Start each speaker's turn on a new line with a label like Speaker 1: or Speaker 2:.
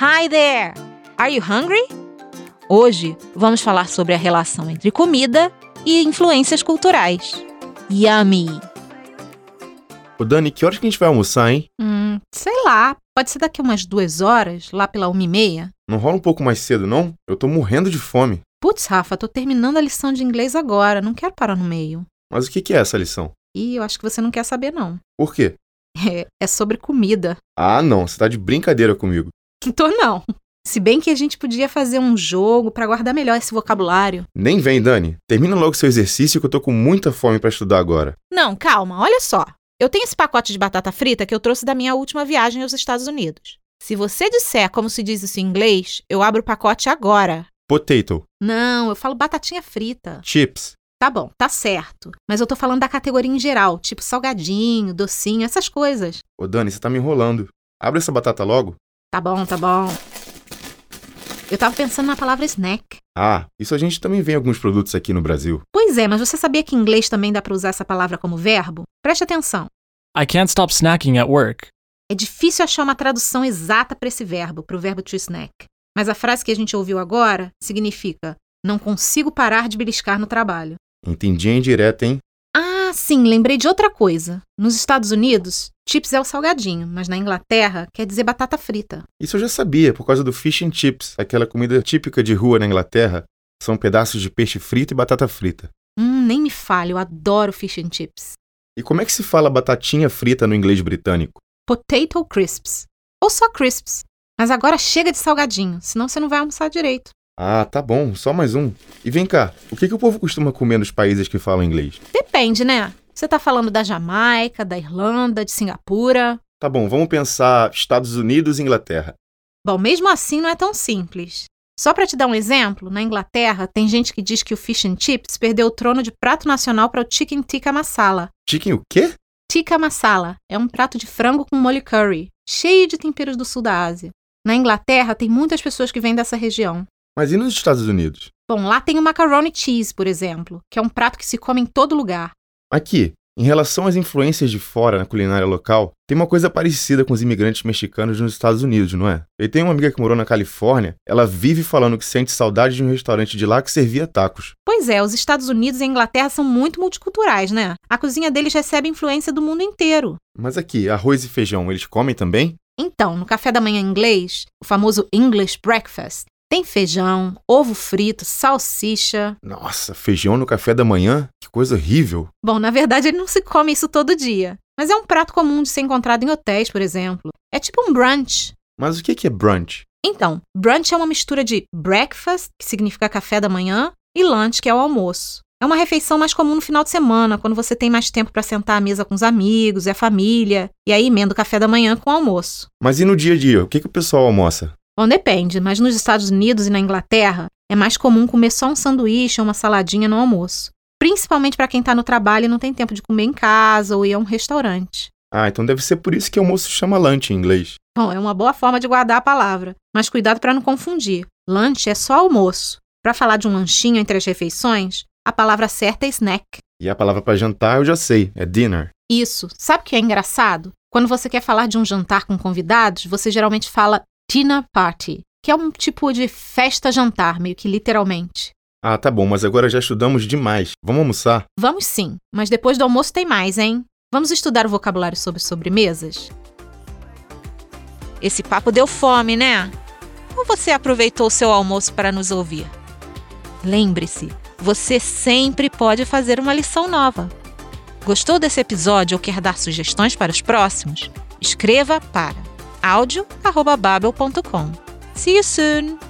Speaker 1: Hi there! Are you hungry? Hoje vamos falar sobre a relação entre comida e influências culturais. Yummy!
Speaker 2: Ô Dani, que horas que a gente vai almoçar, hein?
Speaker 1: Hum, sei lá, pode ser daqui umas duas horas, lá pela uma e meia?
Speaker 2: Não rola um pouco mais cedo, não? Eu tô morrendo de fome.
Speaker 1: Putz, Rafa, tô terminando a lição de inglês agora, não quero parar no meio.
Speaker 2: Mas o que que é essa lição?
Speaker 1: E eu acho que você não quer saber, não.
Speaker 2: Por quê?
Speaker 1: É, é sobre comida.
Speaker 2: Ah, não, você tá de brincadeira comigo.
Speaker 1: Tô não. Se bem que a gente podia fazer um jogo pra guardar melhor esse vocabulário.
Speaker 2: Nem vem, Dani. Termina logo seu exercício que eu tô com muita fome pra estudar agora.
Speaker 1: Não, calma, olha só. Eu tenho esse pacote de batata frita que eu trouxe da minha última viagem aos Estados Unidos. Se você disser como se diz isso em inglês, eu abro o pacote agora.
Speaker 2: Potato,
Speaker 1: Não, eu falo batatinha frita.
Speaker 2: chips.
Speaker 1: Tá bom, tá certo. Mas eu tô falando da categoria em geral, tipo salgadinho, docinho, essas coisas.
Speaker 2: Ô Dani, você tá me enrolando. Abre essa batata logo.
Speaker 1: Tá bom, tá bom. Eu tava pensando na palavra snack.
Speaker 2: Ah, isso a gente também vê em alguns produtos aqui no Brasil.
Speaker 1: Pois é, mas você sabia que em inglês também dá pra usar essa palavra como verbo? Preste atenção.
Speaker 3: I can't stop snacking at work.
Speaker 1: É difícil achar uma tradução exata para esse verbo, para o verbo to snack. Mas a frase que a gente ouviu agora significa: não consigo parar de beliscar no trabalho.
Speaker 2: Entendi em direto, hein?
Speaker 1: Ah, sim, lembrei de outra coisa. Nos Estados Unidos, chips é o salgadinho, mas na Inglaterra quer dizer batata frita.
Speaker 2: Isso eu já sabia, por causa do fish and chips, aquela comida típica de rua na Inglaterra. São pedaços de peixe frito e batata frita.
Speaker 1: Hum, nem me fale, eu adoro fish and chips.
Speaker 2: E como é que se fala batatinha frita no inglês britânico?
Speaker 1: Potato crisps. Ou só crisps. Mas agora chega de salgadinho, senão você não vai almoçar direito.
Speaker 2: Ah, tá bom, só mais um. E vem cá, o que, que o povo costuma comer nos países que falam inglês?
Speaker 1: Depende, né? Você tá falando da Jamaica, da Irlanda, de Singapura.
Speaker 2: Tá bom, vamos pensar Estados Unidos e Inglaterra.
Speaker 1: Bom, mesmo assim não é tão simples. Só para te dar um exemplo, na Inglaterra tem gente que diz que o fish and chips perdeu o trono de prato nacional para o chicken tikka masala.
Speaker 2: Chicken o quê?
Speaker 1: Tikka masala é um prato de frango com molho curry, cheio de temperos do sul da Ásia. Na Inglaterra tem muitas pessoas que vêm dessa região.
Speaker 2: Mas e nos Estados Unidos?
Speaker 1: Bom, lá tem o macaroni cheese, por exemplo, que é um prato que se come em todo lugar.
Speaker 2: Aqui, em relação às influências de fora na culinária local, tem uma coisa parecida com os imigrantes mexicanos nos Estados Unidos, não é? Eu tenho uma amiga que morou na Califórnia, ela vive falando que sente saudade de um restaurante de lá que servia tacos.
Speaker 1: Pois é, os Estados Unidos e a Inglaterra são muito multiculturais, né? A cozinha deles recebe influência do mundo inteiro.
Speaker 2: Mas aqui, arroz e feijão, eles comem também?
Speaker 1: Então, no café da manhã inglês, o famoso English breakfast, tem feijão, ovo frito, salsicha.
Speaker 2: Nossa, feijão no café da manhã? Que coisa horrível.
Speaker 1: Bom, na verdade, ele não se come isso todo dia, mas é um prato comum de ser encontrado em hotéis, por exemplo. É tipo um brunch.
Speaker 2: Mas o que que é brunch?
Speaker 1: Então, brunch é uma mistura de breakfast, que significa café da manhã, e lunch, que é o almoço. É uma refeição mais comum no final de semana, quando você tem mais tempo para sentar à mesa com os amigos e a família, e aí emenda o café da manhã com o almoço.
Speaker 2: Mas e no dia a dia, o que, que o pessoal almoça?
Speaker 1: Bom, depende, mas nos Estados Unidos e na Inglaterra é mais comum comer só um sanduíche ou uma saladinha no almoço. Principalmente para quem está no trabalho e não tem tempo de comer em casa ou ir a um restaurante.
Speaker 2: Ah, então deve ser por isso que almoço chama lunch em inglês.
Speaker 1: Bom, é uma boa forma de guardar a palavra, mas cuidado para não confundir. Lunch é só almoço. Para falar de um lanchinho entre as refeições, a palavra certa é snack.
Speaker 2: E a palavra para jantar eu já sei, é dinner.
Speaker 1: Isso, sabe o que é engraçado? Quando você quer falar de um jantar com convidados, você geralmente fala dinner party, que é um tipo de festa-jantar, meio que literalmente.
Speaker 2: Ah, tá bom, mas agora já estudamos demais. Vamos almoçar?
Speaker 1: Vamos sim, mas depois do almoço tem mais, hein? Vamos estudar o vocabulário sobre sobremesas? Esse papo deu fome, né? Ou você aproveitou o seu almoço para nos ouvir? Lembre-se, você sempre pode fazer uma lição nova. Gostou desse episódio ou quer dar sugestões para os próximos? Escreva para audio@babel.com. See you soon!